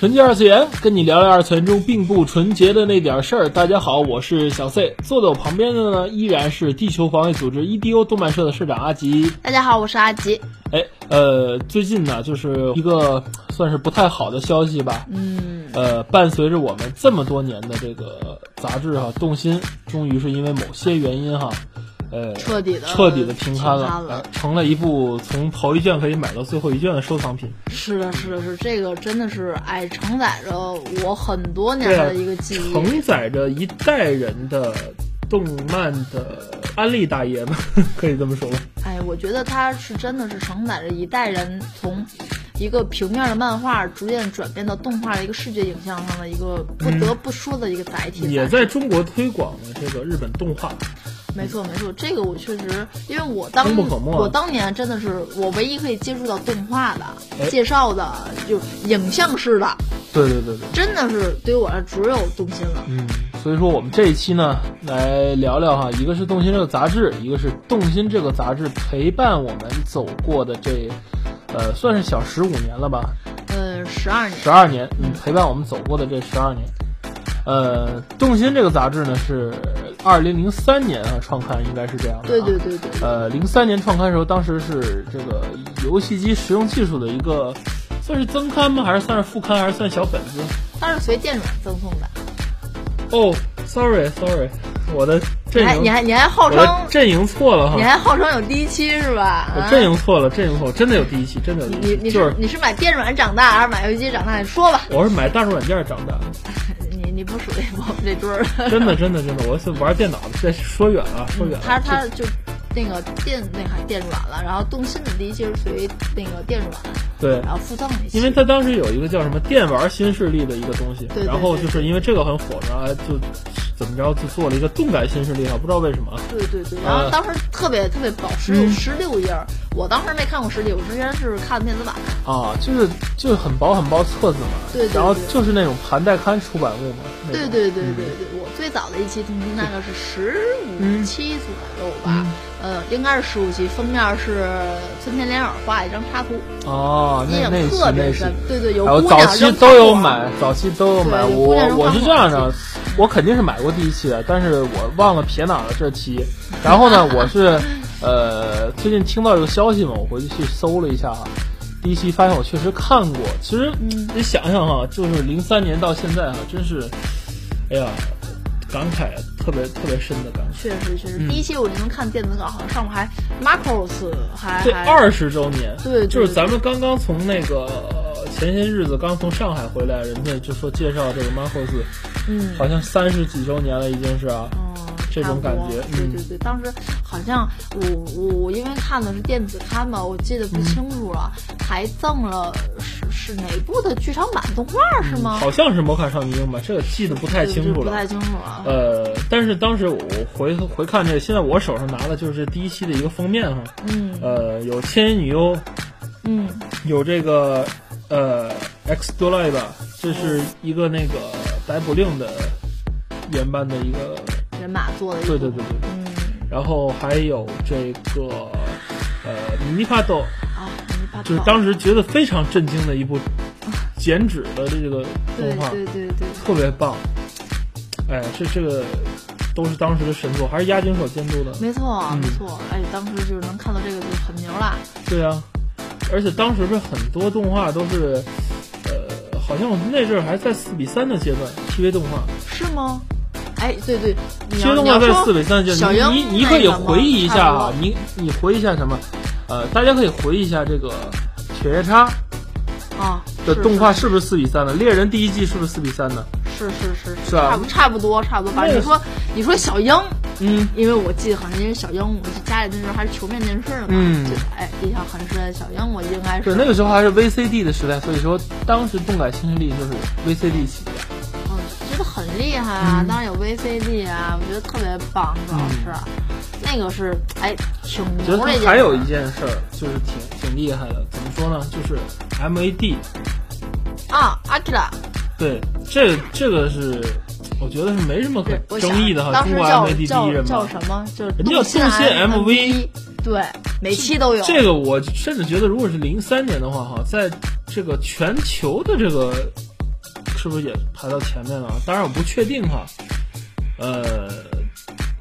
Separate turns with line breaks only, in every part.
纯洁二次元，跟你聊聊二次元中并不纯洁的那点事儿。大家好，我是小 C，坐在我旁边的呢依然是地球防卫组织 EDO 动漫社的社长阿吉。
大家好，我是阿吉。
哎，呃，最近呢，就是一个算是不太好的消息吧。
嗯，
呃，伴随着我们这么多年的这个杂志哈、动心，终于是因为某些原因哈，呃，
彻底的
彻底的停刊了，
了
呃成了一部从头一卷可以买到最后一卷的收藏品。
是的，是的，是的这个真的是哎，承载着我很多年
对啊
的一个记忆。
承载着一代人的动漫的安利大爷们，可以这么说吧？
哎，我觉得它是真的是承载着一代人从一个平面的漫画逐渐转变到动画的一个视觉影像上的一个不得不说的一个载体吧。
嗯也在中国推广了这个日本动画。
没错，没错，这个我确实，因为我当
功不可没
我当年真的是我唯一可以接触到动画
哎
的、介绍的，就影像式的，
对对对对，
真的是对于我来说只有动心了。
嗯，所以说我们这一期呢，来聊聊哈，一个是《动心》这个杂志，一个是《动心》这个杂志陪伴我们走过的这，呃，算是小十五年了吧，
嗯，十二年
十二年，嗯，陪伴我们走过的这十二年。呃，《动心》这个杂志呢是二零零三年啊创刊，应该是这样的、啊。
对对对对，
呃，零三年创刊的时候，当时是这个游戏机实用技术的一个，算是增刊吗？还是算是副刊？还是算小本子？
它是随电软赠送的。
哦、s o r r y s o r r y 我的
你
阵
还
营，
你还你还号
我的
称
阵营错了
你
哈，
还号称有第一期是吧？
我
啊
阵营错了，阵营错了，真的有第一期，真的有第
你
一期，
你
就是
你是买电软长大还是买游戏机长大？你说吧，
我是买大众软件长大的，
你你不属于我们这堆儿。
真的真的真的，我是玩电脑的，这说远了，说远了，
他他
这
就那个电那还电软了，然后动心的第一期是随那个电软，
对。
然后附赠一期。
因为他当时有一个叫什么“电玩新势力”的一个东西，
对对
然后就是因为这个很火，然后就怎么着就做了一个动感新势力啊，不知道为什么啊。
对对对，然后当时特别特别薄，十
嗯
六十六页儿，我当时没看过十六，我之前是看电子版。
啊，就是就是很薄很薄册子嘛，
对对对
然后就是那种盘带刊出版物嘛，那
对
种
对对对对，我最早的一期《动心》大概是十
嗯
五期左右吧，呃，应该是十五期，封面是村田莲尔画一张插图，
哦，
印
那
象
那是
特
那
别
是
深，。对对，有
然后
姑
早
娘
期
扔
都有
糖果
买，早期都有买。
对有
我
姑娘扔啊
我是
糖
这样
果
的，我肯定是买过第一期的，但是我忘了撇哪了这期。然后呢，我是呃最近听到有消息嘛，我回去去搜了一下哈。第一期发现我确实看过，其实
嗯
你想想哈，就是零三年到现在哈，真是，哎呀，感慨特别特别深的感慨。
确实确实，
嗯
第一期我就能看电子稿，好像上面还 Marcos 还
这
还
二十周年，
对对
就是咱们刚刚从那个呃前些日子刚从上海回来，人家就说介绍这个 Marcos，
嗯
好像三十几周年了，已经是啊。
嗯
这种感觉
差不多对
嗯
对对，当时好像我我我因为看的是电子刊嘛，我记得
嗯
不清楚了，还赠了是是哪部的剧场版动画是吗？
好像是《魔卡少女樱》吧，这个记得不太
对
清楚
不
了。
太清楚了。
呃，但是当时我回回看这个，现在我手上拿的就是第一期的一个封面哈，
嗯
呃，有千与女优，
嗯，
有这个呃 X d o l i 吧，这是一个那个逮捕令的原班的一个，
人马做的一
对
部
对对对，对
嗯
然后还有这个呃米妮卡豆，
啊，你把
就是当时觉得非常震惊的一部剪纸的这个
对
动画，
对对对，
特别棒。哎，这这个都是当时的神作，还是押井守监督的。
没错
嗯
没错，哎，当时就是能看到这个就很牛了。
对啊，而且当时是很多动画都是，呃，好像我们那阵儿还在四比三的阶段，TV 动画
是吗？哎，对对，你
，TV
要
动
你
画
要
在
说
四比三的阶
小
段，
樱
你你你
那
可以
个吗
回忆一下
差不
啊
多，
你你回忆一下什么？呃，大家可以回忆一下这个犬夜叉
啊
的
是
动画是不是四比三的？猎人第一季是不是四比三的？
是是是
是吧
差不差不多差不多吧。
那个
你说你说小樱，
嗯
因为我记得好像因为小鹦鹉是家里那时候还是球面电视呢嘛，
嗯
就哎印象很深。小鹦鹉应该是
对，那个时候还是 VCD 的时代，所以说当时动感新势力就是 VCD 起家。
嗯，觉得很厉害
嗯
啊，当然有 VCD 啊，我觉得特别棒，主要是、那个是哎挺
嗯觉
牛
得
的一件
还有一件事儿就是挺挺厉害的，怎么说呢？就是 MAD，
啊，阿基拉，
对，这这个是我觉得是没什么
对，
可
我
争议的哈，
当
中
时
国
叫
MAD 第一
叫
人
叫
嘛。
什么？就是啊
人家叫
信
动信
MV，对，每期都有。
这个我甚至觉得，如果是零三年的话，哈，在这个全球的这个是不是也排到前面了？啊当然我不确定哈，呃，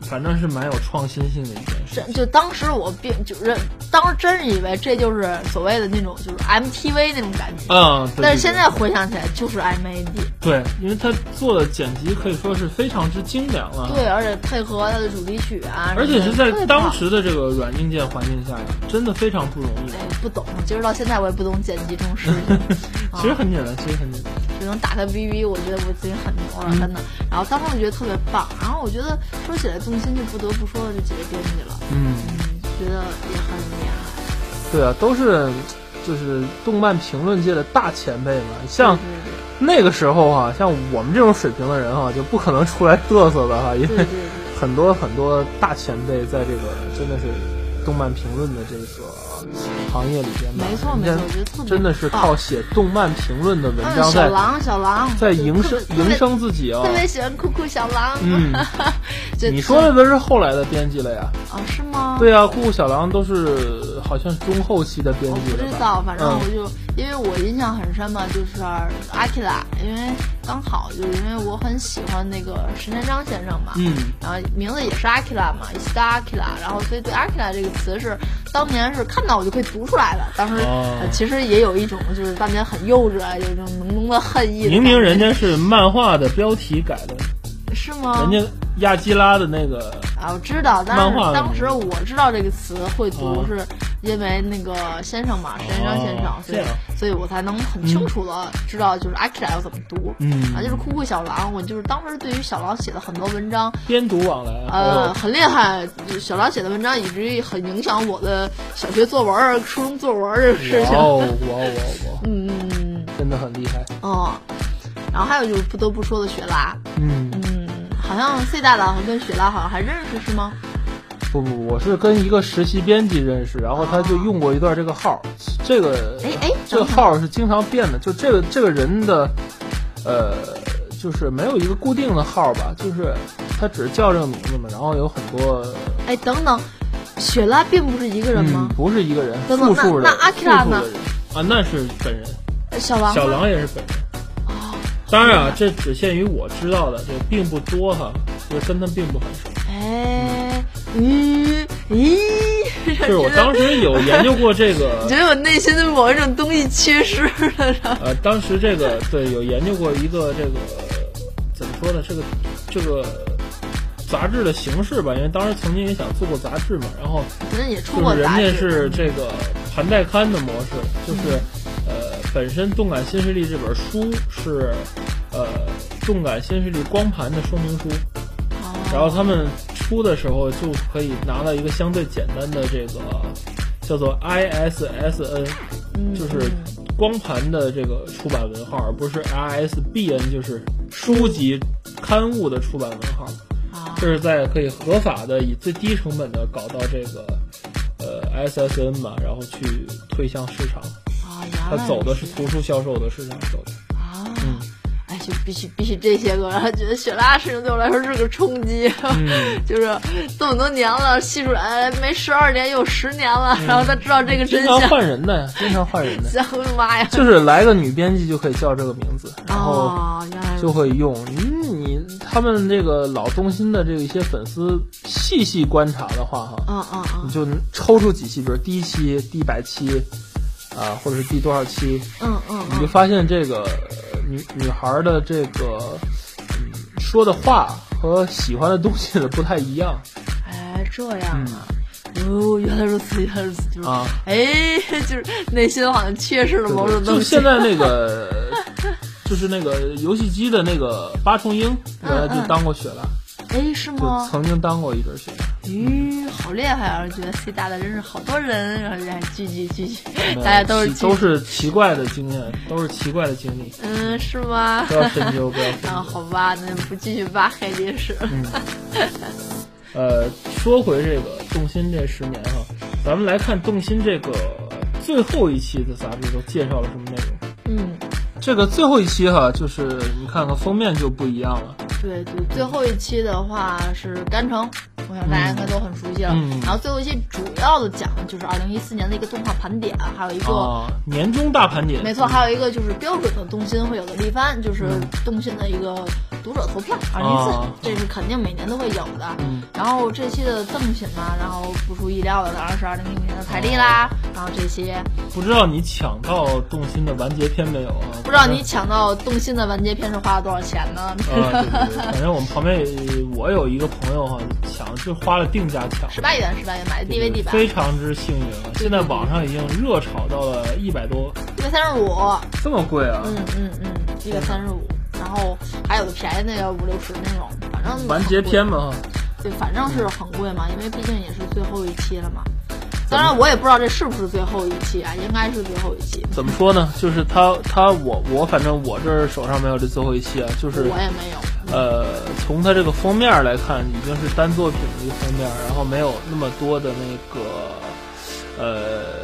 反正是蛮有创新性的一件事。
真就当时我并就认，当时真是以为这就是所谓的那种就是 MTV 那种感觉，
嗯，对
但
对
是现
对
在回想起来就是 MAD，
对，因为他做的剪辑可以说是非常之精良了。
对，而且配合它的主题曲啊，
而且是在
什么的
当。时的这个软硬件环境下，真的非常不容易
特别。棒哎不懂，其实到现在我也不懂剪辑这种事 情，哦啊
其实很简单，其实很简单。
只能打开 VV，我觉得我自己很牛了，真的。然后当时我觉得特别棒，然后我觉得说起来动心就不得不说的这几位编辑了，
嗯，
嗯，觉得也很厉害。
对啊，都是就是动漫评论界的大前辈嘛。像
对
那个时候啊，像我们这种水平的人啊，就不可能出来嘚瑟的哈、因
对
为
对对对对
很多很多大前辈在这个真的是动漫评论的这个行业里边吧，
没错没
人
错，
家
我觉得特别
真的是
棒
靠写动漫评论的文
嗯，
章
小
在
狼，小狼
在
对
营
特
生
别特
营
别
生自己啊。
特别喜欢酷酷小狼。
嗯，
就
你说的都是后来的编辑了呀？
啊？是吗？，
对啊，酷酷小狼都是好像是中后期的编
我
辑
不
了
知
吧？
道，反正我就、因为我印象很深嘛，就是阿基拉，因为刚好就是因为我很喜欢那个石田章先生嘛。
嗯，
然后名字也是阿基拉嘛，伊斯达阿基拉，然后所以对阿基拉这个词是当年是看到我就可以读出来的。当时、
哦
呃其实也有一种就是当年很幼稚啊，有一种浓浓的恨意的感觉。
明明人家是漫画的标题改的，
是吗？
人家亚基拉的那个，
啊，我知道，但
漫
是
画的
当时我知道这个词会读
哦，
是因为那个先生嘛，石原章先生
哦，
所
这样
以所以我才能很清楚的知道就是阿克莱要怎么读。
嗯
啊，就是酷酷小狼，我就是当时对于小狼写的很多文章，
编读往来
呃，
啊，
很厉害。小狼写的文章以至于很影响我的小学作文儿、初中作文儿这个事
哇
情。
哦哇哦哇哦哇
嗯
哦，真的很厉害。
哦，然后还有就是不得不说的雪拉，
嗯，
嗯，好像 C 大佬跟雪拉好像还认识是吗？
不不，我是跟一个实习编辑认识，然后他就用过一段这个号，这个
哎哎
这个号是经常变的，就这个这个人的，呃，就是没有一个固定的号吧，就是他只是叫这个名字嘛，然后有很多
哎，等等，雪拉并不是一个人吗
嗯？？不是一个人，
等等
复数的，
那那阿
复
基
数
拉
的
呢
人啊，那是本人，
呃小狼吗，哦
小狼也是本人。当然啊，这只限于我知道的，这并不多哈，我跟他并不很熟。
哎，咦咦，，
嗯就是我当时有研究过这个
觉得我内心的某一种东西缺失了，然后
呃，当时这个对有研究过一个这个怎么说呢？这个这个杂志的形式吧，因为当时曾经也想做过杂志嘛，然后
人家也出
就
过
是人
杂
家
志，嗯
是这个盘带刊的模式，就是呃，本身《动感新势力》这本书是呃《动感新势力》光盘的说明书，
哦
然后他们出的时候就可以拿到一个相对简单的这个叫做 ISSN，、就是
嗯
光盘的这个出版文号，而不是 ISBN，就是书籍刊物的出版文号。
啊
这是在可以合法的以最低成本的搞到这个呃 SSN 嘛，然后去推向市场。
啊，
它
原来
走的
如
是嗯
此
图书销售的市场走的。
啊。哎，就必须必须这些个，然后觉得雪拉事情对我来说是个冲击，
嗯
就是这么多年了，细数哎没十二年又十年了，
嗯
然后他知道这个真
经常
相，
换人的，经常换人的，
想妈呀！
就是来个女编辑就可以叫这个名字，然后
哦，原来如此
就会用。嗯，你他们这个老东新的这一些粉丝细细观察的话，哈，
嗯嗯
你
嗯
就抽出几期，比如第一期、第百期，啊，或者是第多少期，
嗯嗯
你就
嗯，
发现这个呃女女孩儿的这个、嗯、说的话和喜欢的东西的不太一样。
哎，这样啊。哦，原来如此，原来如此，就
嗯
是，
啊
哎，就是内心好像缺失了某种
就
东
是
西。
现在那个，
嗯
就是那个游戏机的那个八重樱，原来就当过雪了。
哎，是
就
吗？
曾经当过一阵儿学长，
咦，好厉害啊！觉得 C 大的真是好多人，然后人家聚聚聚聚，大家都是
奇
聚
都，是奇怪的经验，都是奇怪的经历，
嗯，是吗
不？要深究，不要深
啊，
究。
好吧，那不继续扒黑历史了。
呃，说回这个动心这十年哈，咱们来看动心这个最后一期的杂志都介绍了什么内容。
嗯，
这个最后一期哈，就是你看看封面就不一样了。
对对，最后一期的话是甘城，我想大家应该都很熟悉了。
嗯
然后最后一期主要的讲的就是二零一四年的一个动画盘点，还有一个、
啊，年终大盘点，
没错，还有一个就是标准的动心会有的力翻，就是
嗯
动心的一个读者投票二零一四
啊，
这是肯定每年都会有的。
嗯
然后这期的赠品呢，然后不出意料的当然是二零一五年的台历啦，然后这些
不知道你抢到动心的完结篇没有啊？
不知道你抢到动心的完结篇是花了多少钱呢？
反正。啊，对对对，反正我们旁边我有一个朋友哈，抢就花了定价抢，
十八元，十八元买的
对对
DVD 版，
非常之幸运啊！现在网上已经热炒到了一百多，
一百三十五，
这么贵啊？
嗯嗯嗯，一百三十五。然后还有的便宜的要五六十那种，反正
完结篇嘛哈，
对，反正是很贵嘛，因为毕竟也是最后一期了嘛。当然，我也不知道这是不是最后一期啊，应该是最后一期，
怎么说呢？就是他他我我反正我这儿手上没有这最后一期啊，就是
我也没有。
呃，从它这个封面儿来看，已经是单作品的一个封面儿，然后没有那么多的那个，呃，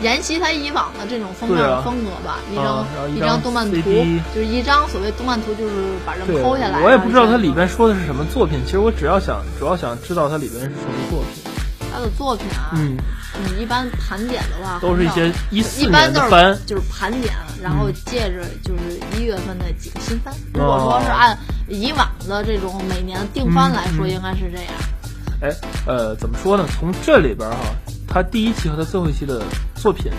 沿袭他以往的这种封面
对啊
风格吧，一
啊
张
然后一
一
张
张动漫图
CD，
就是一张所谓动漫图，就是把人
对，
抠下来。啊
我也不知道它
然后
里
一张
边说的是什么作品。其实我只要想，主要想知道它里边是什么作品。
他的作品啊，
嗯，
你一般盘点的话，
都是一些一四
一般
年
都
的
是
番，嗯
就是盘点，然后借着就是一月份的几个新番。如果
哦
说是按以往的这种每年定番
嗯
来说，
嗯
应该是这样。
哎，呃，怎么说呢？从这里边儿哈、它第一期和它最后一期的作品，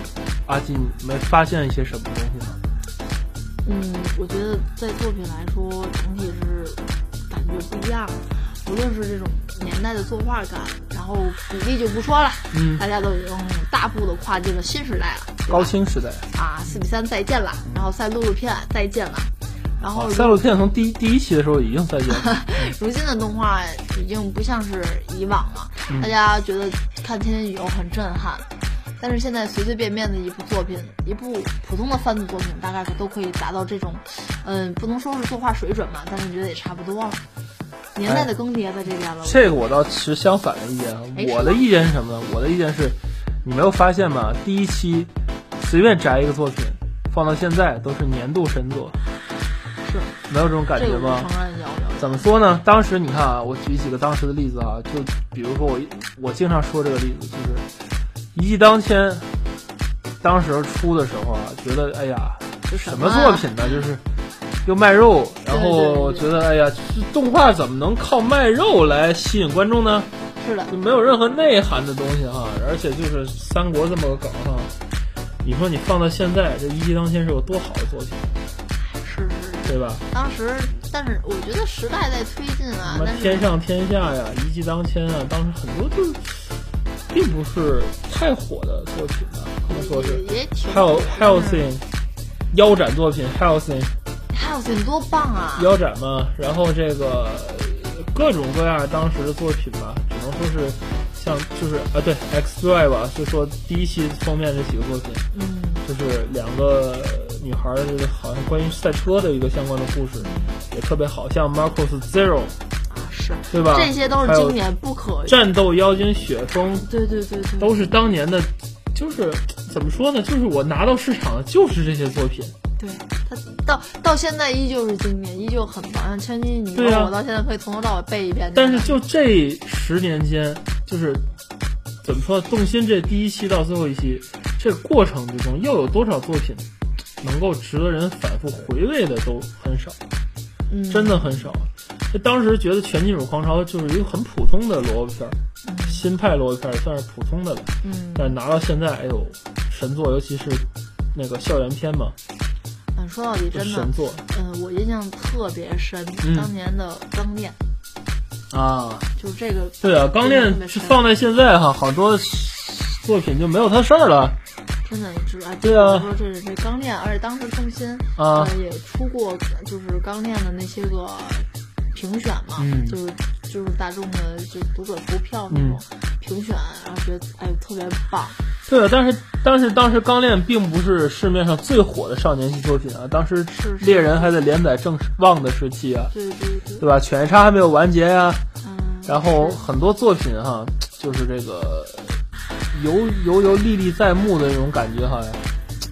阿金你没发现一些什么东西吗？
嗯，我觉得在作品来说，整体是感觉不一样，无论是这种年代的作画感，然后比例就不说了，
嗯
大家都已经大步的跨进了新时代了，
高清时代，
啊，四比三再见了，然后赛璐璐片再见了，然后
啊，
如
赛璐片从第一第一期的时候已经 再见了，
如今的动画已经不像是以往了，大家觉得看《天天宇宙》很震撼，但是现在随随便便的一部作品，一部普通的番子作品，大概都可以达到这种，嗯，不能说是作画水准吧，但是觉得也差不多了。年代的更迭在这边了，
这个我倒持相反的意见啊
哎。
我的意见是什么呢？我的意见是，你没有发现吗？第一期随便摘一个作品，放到现在都是年度神作，
是
没有这种感
这
觉
个我
吗？
承认有有。
怎么说呢？当时你看啊，我举几个当时的例子啊，就比如说我我经常说这个例子，就是一骑当千，当时出的时候啊，觉得哎呀，这什么
什么啊
作品呢？就是又卖肉，然后
对对对
觉得哎呀，这动画怎么能靠卖肉来吸引观众呢？
是的，
就没有任何内涵的东西哈、而且就是三国这么个梗哈、你说你放到现在，这一骑当千是有多好的作品，
是是是。
对吧？
当时，但是我觉得时代在推进啊
什，么
但是
天上天下呀，一骑当千啊，当时很多就是并不是太火的作品吧，可能说是。
也也挺
还有还有
h e
Helsing，腰斩作品 Helsing
啊 l s i n 多棒啊！
腰斩嘛，然后这个呃各种各样当时的作品吧，只能说是像就是啊对 X Drive 吧，就说第一期封面这几个作品，
嗯，
就是两个女孩儿的这个好像关于赛车的一个相关的故事，也特别好，像 Marcos Zero
啊是，
对吧？
这些都是
还有
经典不可
战斗妖精雪峰
对对对对，
都是当年的，就是怎么说呢？就是我拿到市场的就是这些作品，
对它到到现在依旧是经典，依旧很棒。像《千金》，你
对
问
啊
我到现在可以从头到尾背一遍。
但是就这十年间，就是怎么说呢？动心这第一期到最后一期，这个过程之中又有多少作品能够值得人反复回味的都很少，
嗯
真的很少。就当时觉得《全金属狂潮》就是一个很普通的萝卜片儿，新派萝卜片儿算是普通的了。
嗯，
但是拿到现在，哎呦，神作，尤其是那个校园片嘛，
嗯，说到底
就是
真的
神，作
嗯，我印象特别深，
嗯
当年的《钢炼
啊。》
就是这个，
对啊，钢炼是放在现在哈，好多作品就没有他事儿了
真的就是哎，
对啊
我说这是这《钢炼》，而且当时重心
啊
呃。也出过就是《钢炼》的那些个评选嘛，
嗯
就是就是大众的就是读者投票那种评选，然后觉得哎呦特别棒。
对，啊但是但是当时《钢炼》并不是市面上最火的少年系作品啊，当时
是是
猎人还在连载正旺的时期啊，
对对对，
对吧？犬夜叉还没有完结呀、
嗯，
然后很多作品哈，就是这个犹犹犹历历在目的那种感觉哈，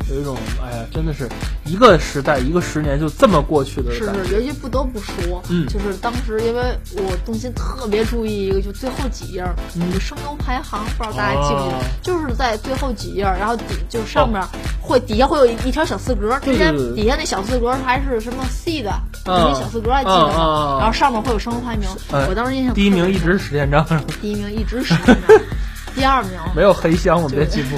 有一种哎呀，真的是一个时代一个十年就这么过去的
是
感觉。
是，尤其不得不说，
嗯
就是当时因为我动心特别注意一个，就最后几页儿，
嗯
就声优排行，不知道大家记不记得，
哦
就是在最后几页儿，然后底就上面会、底下会有一条小四格儿，
对
中间
对对
底下那小四格儿还是什么 C 的，就
嗯
那小四格儿还记得吗？
嗯嗯嗯
然后上面会有声优排名，
哎
我当时印象
第一
特别
名一直是石田章，
深第一名一直 是那个第二名
没有黑箱，我们别进步。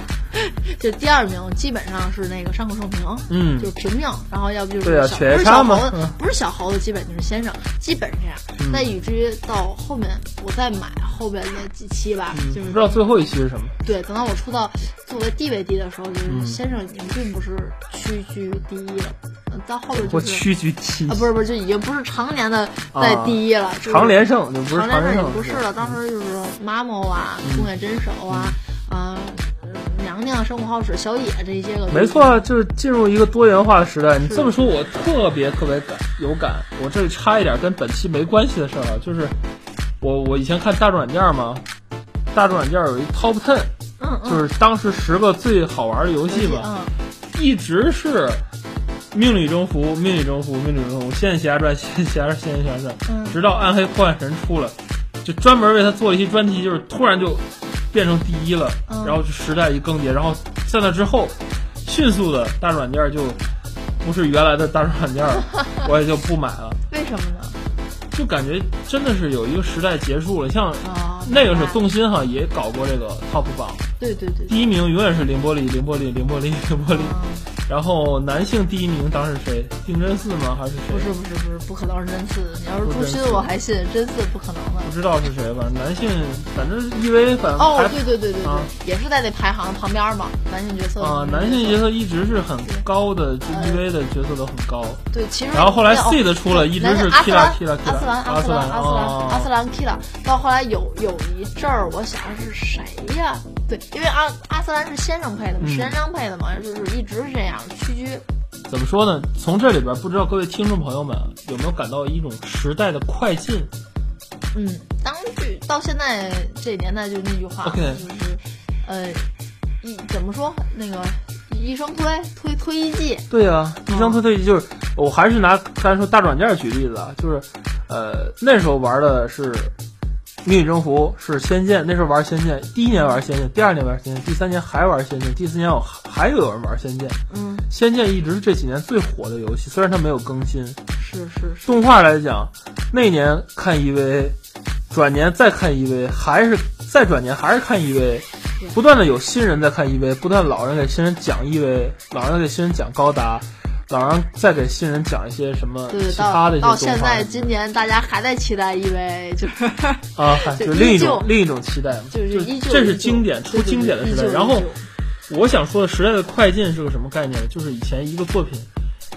就第二名基本上是那个山口胜平，
嗯
就是平平，然后要不就是
对啊
小
犬夜
不是
叉
小
嘛
猴子，
嗯
不是小猴子，基本就是先生，基本是这样。那以至于到后面，我再买后边的几期吧，就
你不
是
知道最后一期是什么？
对，等到我出到作为地位低的时候，
嗯
就是先生已经并不是屈居第一了，嗯到后边就
我
是
屈居七
啊，，不是不是，就已经不是常年的在第一了，就是
常连胜就不是嗯
常连
连
胜也
胜，
不是了，当时就是妈妈啊、宫野真守啊、啊、娘娘、神武浩史、小野这些个，
没错，啊，就是进入一个多元化的时代。你
是
这么说，我特别特别感有感。我这里插一点跟本期没关系的事儿啊，就是我我以前看大众软件嘛，大众软件有一 Top Ten，
嗯
就
嗯，
是当时十个最好玩的游戏嘛，
嗯，
一直是命里征服、命里征服、命里征服、仙剑奇侠传、仙剑奇侠传、仙剑奇侠传，
嗯
直到暗黑破坏神出了，就专门为他做了一些专题，就是突然就变成第一了，
嗯
然后就时代一更迭，然后在那之后，迅速的大软件就不是原来的大软件 了，我也就不买了，
为什么呢？
就感觉真的是有一个时代结束了。像
啊，
那个时
明
候
白
动心哈也搞过这个 Top 榜，
对对对，
第一名永远是凌波丽，凌波丽，凌波丽，凌波丽。
啊
然后男性第一名当时谁？定真寺吗？还是谁？
不是不是不是，不可能是真四，你要是朱
不是
勋
真四
我还信，真四不可能的
不。知道是谁吧？男性反正 EVA 反
哦
还，
对对对对
啊
对，也是在那排行旁边嘛，男性角色
啊，
女
男性角
角色
色一直是很高的，就 EVA 的角色都很高。
对，其实
然后后来
那
C 的出了，一直
男
是
性
Kira Kira
阿斯
Kira
兰阿斯兰阿斯兰阿
哦，
斯兰 Kira，到后来有有一阵儿，我想是谁呀？对，因为阿阿斯兰是先生配的嘛，
嗯
石岩章配的嘛，就是一直是这样屈居。
怎么说呢？从这里边不知道各位听众朋友们有没有感到一种时代的快进？
嗯，当剧到现在这年代就那句话
OK
就是呃，一怎么说那个一生推推推一季，
对啊，一生推推就是，我还是拿刚才说大软件举例子啊，就是，呃，那时候玩的是《命运征服》，是《仙剑》，那时候玩《仙剑》，第一年玩《仙剑》，第二年玩《仙剑》，第三年还玩《仙剑》，第四年我还有人玩《仙剑》，《
嗯，
仙剑》一直是这几年最火的游戏，虽然它没有更新。
是是是，
动画来讲，那年看 EVA，转年再看 EVA，还是再转年还是看 EVA，不断的有新人在看 EVA，不断老人给新人讲 EVA，老人给新人讲高达，老人再给新人讲一些什么
对，
其他
到
的一些
到
动画
现在今年大家还在期待 EVA，就是
啊，嗨
就
就另一种
依旧，
另一种期待嘛
就是依旧
这是
依旧
经典出
对对
经典的时代
依旧
然后
依旧
我想说的时代的快进是个什么概念？就是以前一个作品，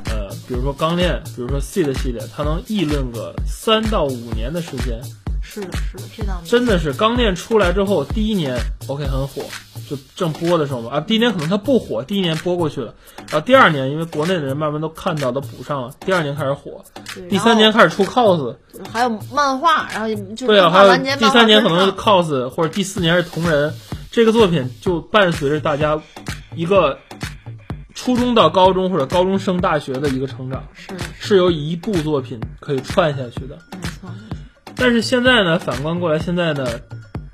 呃，比如说《钢炼》，比如说 C 的系列，它能议论个三到五年的时间。
是的是的，这倒没
真的是《钢炼》出来之后，第一年 OK 很火，就正播的时候嘛啊，第一年可能它不火，第一年播过去了，然后第二年因为国内的人慢慢都看到都补上了，第二年开始火，
对
第
哦然
三
后
年开始出 cos，
还有漫画，然后就是
对啊，
漫
还
画
有
完结，
第三年可能是
漫画
cos 或者第四年是同人，这个作品就伴随着大家一个初中到高中或者高中升大学的一个成长，
之上是
是由一部作品可以串下去的。
没错，
但是现在呢，反观过来，现在呢，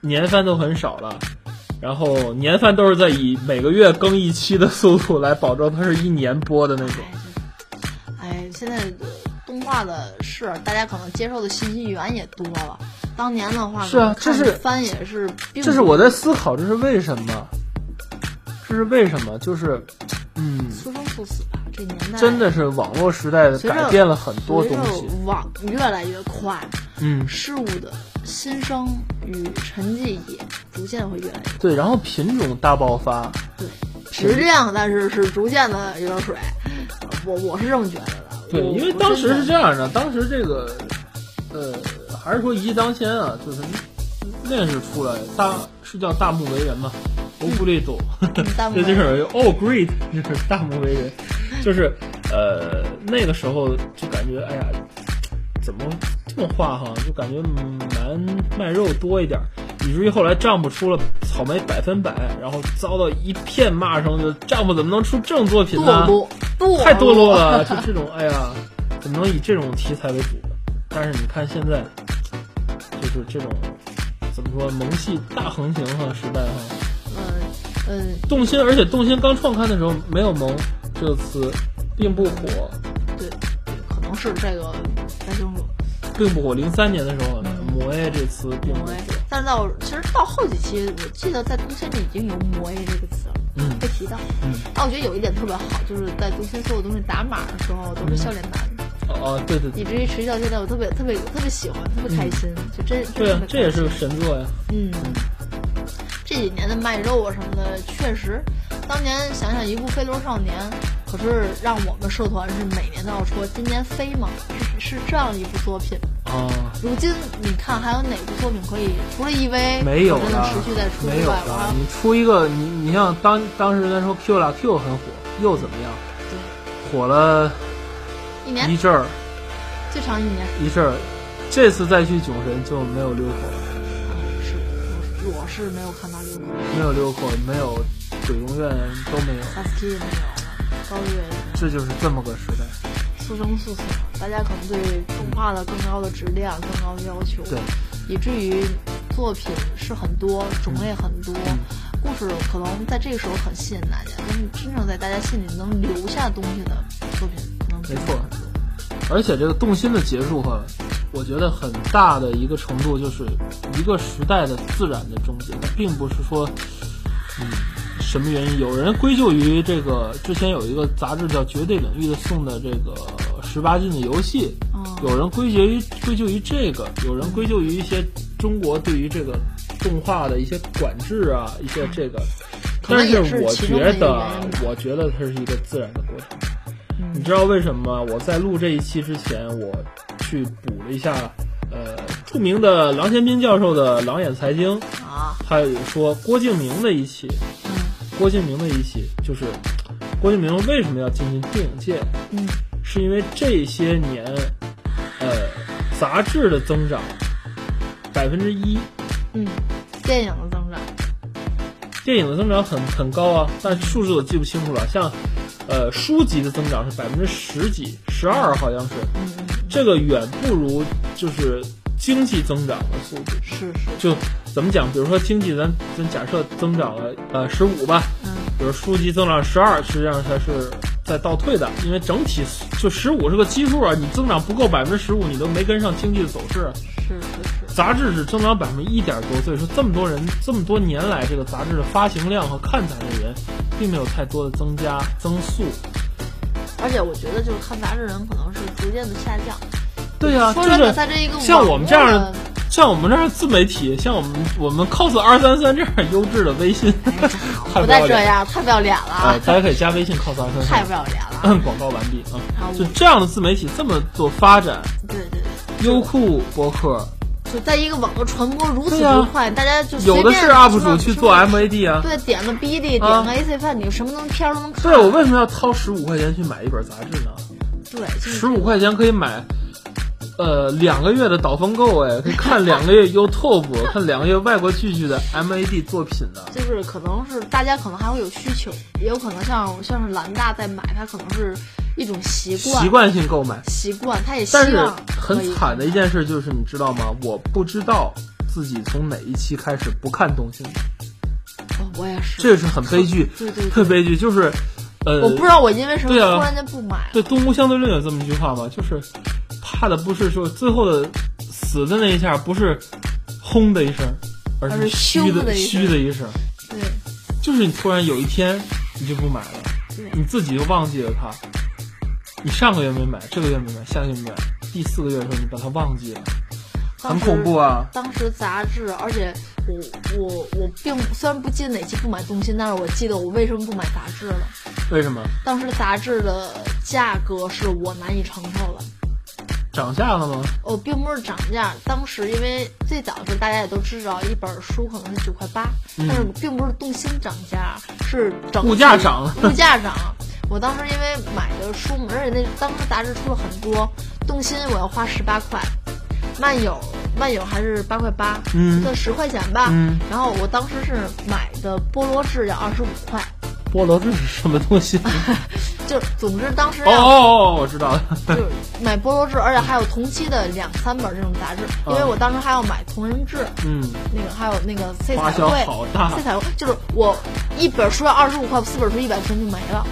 年番都很少了，然后年番都是在以每个月更一期的速度来保证它是一年播的那种。
哎，现在的动画的是大家可能接受的信息源也多了，当年的话
是啊
可能
这
看
是
番也是，并
这是
不
我在思考，这是为什么？这是为什么？就是，嗯，
速生速死吧，这年代
真的是网络时代
随着
改变了很多
随
东
着
西。
网越来越快，
嗯，
事物的新生与沉寂也逐渐会越来越
对，然后品种大爆发，
对，质量但是是逐渐的有点水，我我是这么觉得的。
对，
我
因为当时是这，
我真的
样的，当时这个，呃，还是说一骑当先啊，就是那是出来大是叫大目为人嘛，欧布利佐，
弹幕
嗯 这就是哦 great，就是 大目为人，就是呃那个时候就感觉哎呀，怎么这么画哈，就感觉蛮卖肉多一点儿，以至于后来丈夫出了草莓百分百，然后遭到一片骂声，就是丈夫怎么能出这种作品呢
堕？落，堕落
太堕落了，就这种，哎呀，怎么能以这种题材为主呢？但是你看现在，就是这种怎么说萌系大横行哈、时代哈、啊
嗯嗯，
动心，而且动心刚创刊的时候没有“萌”这个词，并不火，
对，可能是这个不太清楚。
并不火。零三年的时候，“魔 A” 这词并不火
嗯魔 A，，但是到其实到后几期，我记得在东森里已经有“魔 A” 这个词了。
嗯
会提到，
嗯
但我觉得有一点特别好，就是在东森所有东西打码的时候
嗯
都是笑脸男，
哦哦，对对对
以，至于持续到现在，我特别特别特别喜欢，特别开心，就真真
嗯对
的特
啊
别，
这也
开心
是个神作呀。
嗯，这几年的卖肉啊什么的，确实，当年想想一部《飞轮少年》，可是让我们社团是每年都要说，今年飞嘛，是是这样一部作品。
啊，
如今你看还有哪部作品可以除了 EV
没有
我真的
了
持续在，出
没有
之外，我
了。
还
你出一个，你你像当当时咱说 Q 啦 Q 很火，又怎么样？
对
火了
一年
一阵儿
最长一年
一阵儿，这次再去囧神就没有溜口了。
啊是我我是没有看到六个
没有六口，没有鬼永远都没有，
s a s k i 也没有了，高月也没有
这就是这么个时代。
速生速死，大家可能对动画的更高的质量、更高的要求，
对，
以至于作品是很多，种类很多，
嗯
故事可能在这个时候很吸引大家，但是真正在大家心里能留下东西的作品，可能
没错而且这个动心的结束哈，我觉得很大的一个程度就是一个时代的自然的终结，它并不是说，嗯，什么原因？有人归咎于这个之前有一个杂志叫《绝对领域》的送的这个十八禁的游戏，
嗯
有人归结于归咎于这个，有人归咎于一些中国对于这个动画的一些管制啊，一些这个。
嗯可
但
能也是
我
其
觉
中的一个
得
原因吧，
我觉得它是一个自然的过程。
嗯
你知道为什么吗？我在录这一期之前，我去补了一下，呃，著名的郎咸斌教授的《狼眼财经》，
啊，
他有说郭敬明的一期，
嗯
郭敬明的一期就是郭敬明为什么要进军电影界？
嗯
是因为这些年，呃，杂志的增长百分之一，
嗯，电影的增长，
电影的增长很很高啊，但数字我记不清楚了。像，呃，书籍的增长是百分之十几、十二，好像是，
嗯嗯
这个远不如就是经济增长的速度。
是是，
就怎么讲？比如说经济咱，咱假设增长了呃十五吧，
嗯
比如书籍增长十二，实际上它是在倒退的，因为整体就十五是个基数啊，你增长不够百分之十五，你都没跟上经济的走势。
是是是，
杂志只增长百分之一点多，所以说这么多人这么多年来，这个杂志的发行量和看杂志的人，并没有太多的增加增速。
而且我觉得就是看杂志人可能是逐渐的下降，
对呀、
说
就
真的，
是
在这一个
像我们这样
网
的
络的
像我们这样自媒体，像我们我们 cos 二三三这样优质的微 信，太不
不
要
再这
脸了。
样，太不要脸了
啊！
啊！
大家可以加微信 cos 二
太
三
不要脸了。
三。广告完毕
啊
啊！
我
就这样的自媒体这么做发展，
对对对，
优酷博客
就在一个网络传播如此
对啊
之快，大家就随
有
便
的是
什么
UP 主去做
什么
MAD 啊。
对，点个 BD，点
啊
个 AC 饭，你什么东西片儿都能看。
对，我为什么要掏十五块钱去买一本杂志呢？
嗯对，就是
十五块钱可以买，呃，两个月的导风购，哎，可以看两个月 YouTube，看两个月外国剧剧的 MAD 作品呢。
就是可能是大家可能还会有需求，也有可能像像是兰大在买，它可能是一种 习惯
习惯性购买，
习惯，他也希
但是
望可
很
以
惨的一件事就是，你知道吗？我不知道自己从哪一期开始不看动心，
哦我也是，
这是很悲剧，
对对对
特悲剧。就是，呃，
我不知道我因为什么
对啊
突然间不买了。
对《东吴相对论》有这么一句话嘛，就是怕的不是说最后的死的那一下，不是轰的一声，而
而
是
是
虚
咻的一声
虚的一声。
对
就是你突然有一天你就不买了，
对
你自己就忘记了它。你上个月没买，这个月没买，下个月没买，第四个月的时候你把它忘记了，很恐怖啊！
当时杂志，而且我我我并虽然不记得哪期不买东西，但是我记得我为什么不买杂志了。
为什么？
当时杂志的价格是我难以承受的，
涨价了吗？
哦，并不是涨价，当时因为最早是大家也都知道，一本书可能是九块八、但是并不是动心涨价，是整
嗯物价涨了
体物价涨。我当时因为买的书，而且那当时杂志出了很多，动心我要花十八块，漫友漫友还是八块八，
嗯
算十块钱吧。
嗯
然后我当时是买的菠萝是要二十五块，
菠萝这是什么东西？
就总之当时
哦
要
哦哦，我知道了。
就是买菠萝志，而且还有同期的两三本这种杂志，因为我当时还要买《同人志》，
嗯，
那个还有那个 C
花
彩
销
绘
好大
，C 彩绘就是我一本书要二十五块，四本书一百钱就没了。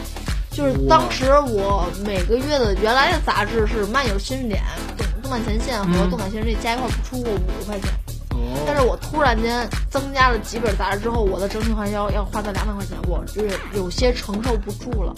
就是当时我每个月的原来的杂志是《漫游新视点》动《动漫前线》和
嗯
《动感新势力》加一块儿不出过五十块钱，但
哦，
是我突然间增加了几本杂志之后，我的整体花销要花到两百块钱，我就是有些承受不住了。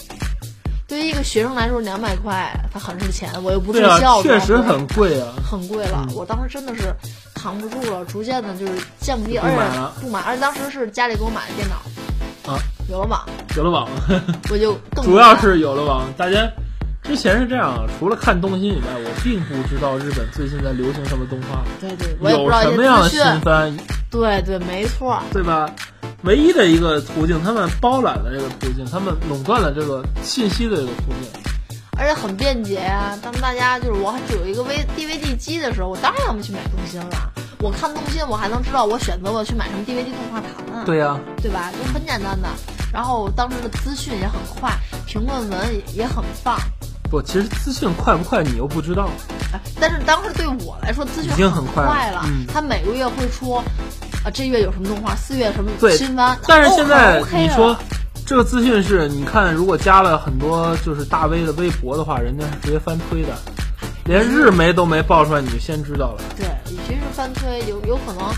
对于一个学生来说，两百块它很是钱，我又不住
对
校，
啊，确实很贵啊。
很贵了。我当时真的是扛不住了，逐渐的就是降低，
就不
而
买了
且不买，而且当时是家里给我买的电脑，
啊，
有了网，
有了网，
我就更
主要是有了网，大家。之前是这样，啊除了看东西以外，我并不知道日本最近在流行什么动画，
对对，我也不
有
知道
什么样的
一些资
新
讯，
番，
对对，没错儿，
对吧？唯一的一个途径，他们包揽了这个途径，他们垄断了这个信息的这个途径。
而且很便捷呀、当大家就是我还有一个 V DVD 机的时候，我当然要么去买动心了。我看动心，我还能知道我选择我去买什么 DVD 动画盘啊，
对呀、
对吧？就很简单的。然后当时的资讯也很快，评论文也也很棒。
不，其实资讯快不快你又不知道。
哎但是当时对我来说，资讯
已经很快
快
了
了。
嗯
他每个月会出，啊，这月有什么动画，四月什么
对
新番。
但是现在
哦很 OK
你说、
了
这个资讯是，你看如果加了很多就是大 V 的微博的话，人家是直接翻推的，连日媒都没爆出来，你就先知道了。
对，与其是翻推，有有可能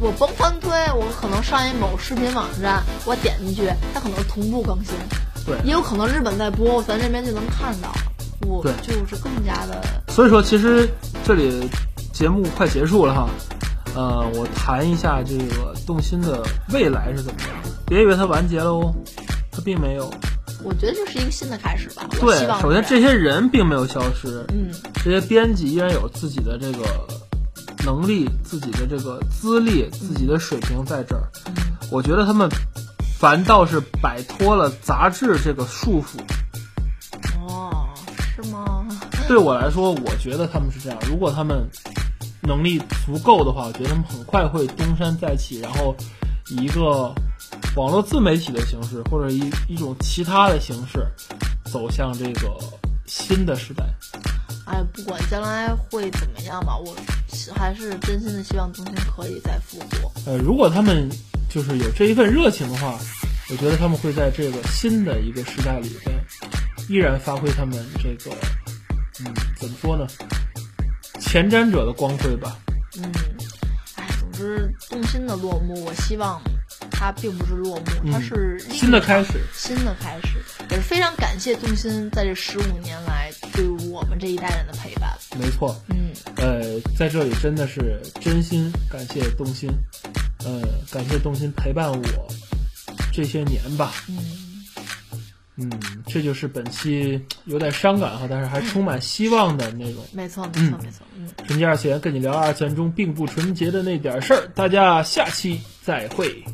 我甭翻推，我可能上一某视频网站，我点进去，它可能同步更新，
对
也有可能日本在播，咱这边就能看到，我
对
就是更加的
所以说，其实这里节目快结束了哈，呃，我谈一下这个动心的未来是怎么样的。别以为它完结了哦，它并没有。
我觉得这是一个新的开始吧。我
对
希望，
首先
是
这些人并没有消失，
嗯，
这些编辑依然有自己的这个能力、自己的这个资历、自己的水平在这儿。我觉得他们反倒是摆脱了杂志这个束缚。
哦，是吗？
对我来说，我觉得他们是这样。如果他们能力足够的话，我觉得他们很快会东山再起，然后以一个网络自媒体的形式，或者一一种其他的形式，走向这个新的时代。
哎，不管将来会怎么样吧，我还是真心的希望东京可以再复活。
呃，如果他们就是有这一份热情的话，我觉得他们会在这个新的一个时代里边，依然发挥他们这个，嗯，怎么说呢，前瞻者的光辉吧。
嗯，哎，总之动心的落幕，我希望它并不是落幕，它是另一
嗯新的开始
新的开始，也是非常感谢动心在这十五年来对我们这一代人的陪伴。
没错，
嗯，
呃，在这里真的是真心感谢动心，呃，感谢动心陪伴我这些年吧。嗯，这就是本期有点伤感哈，但是还充满希望的那种。
没错，没错，
嗯
没错。嗯，
纯洁二次元跟你聊二次元中并不纯洁的那点事儿，大家下期再会。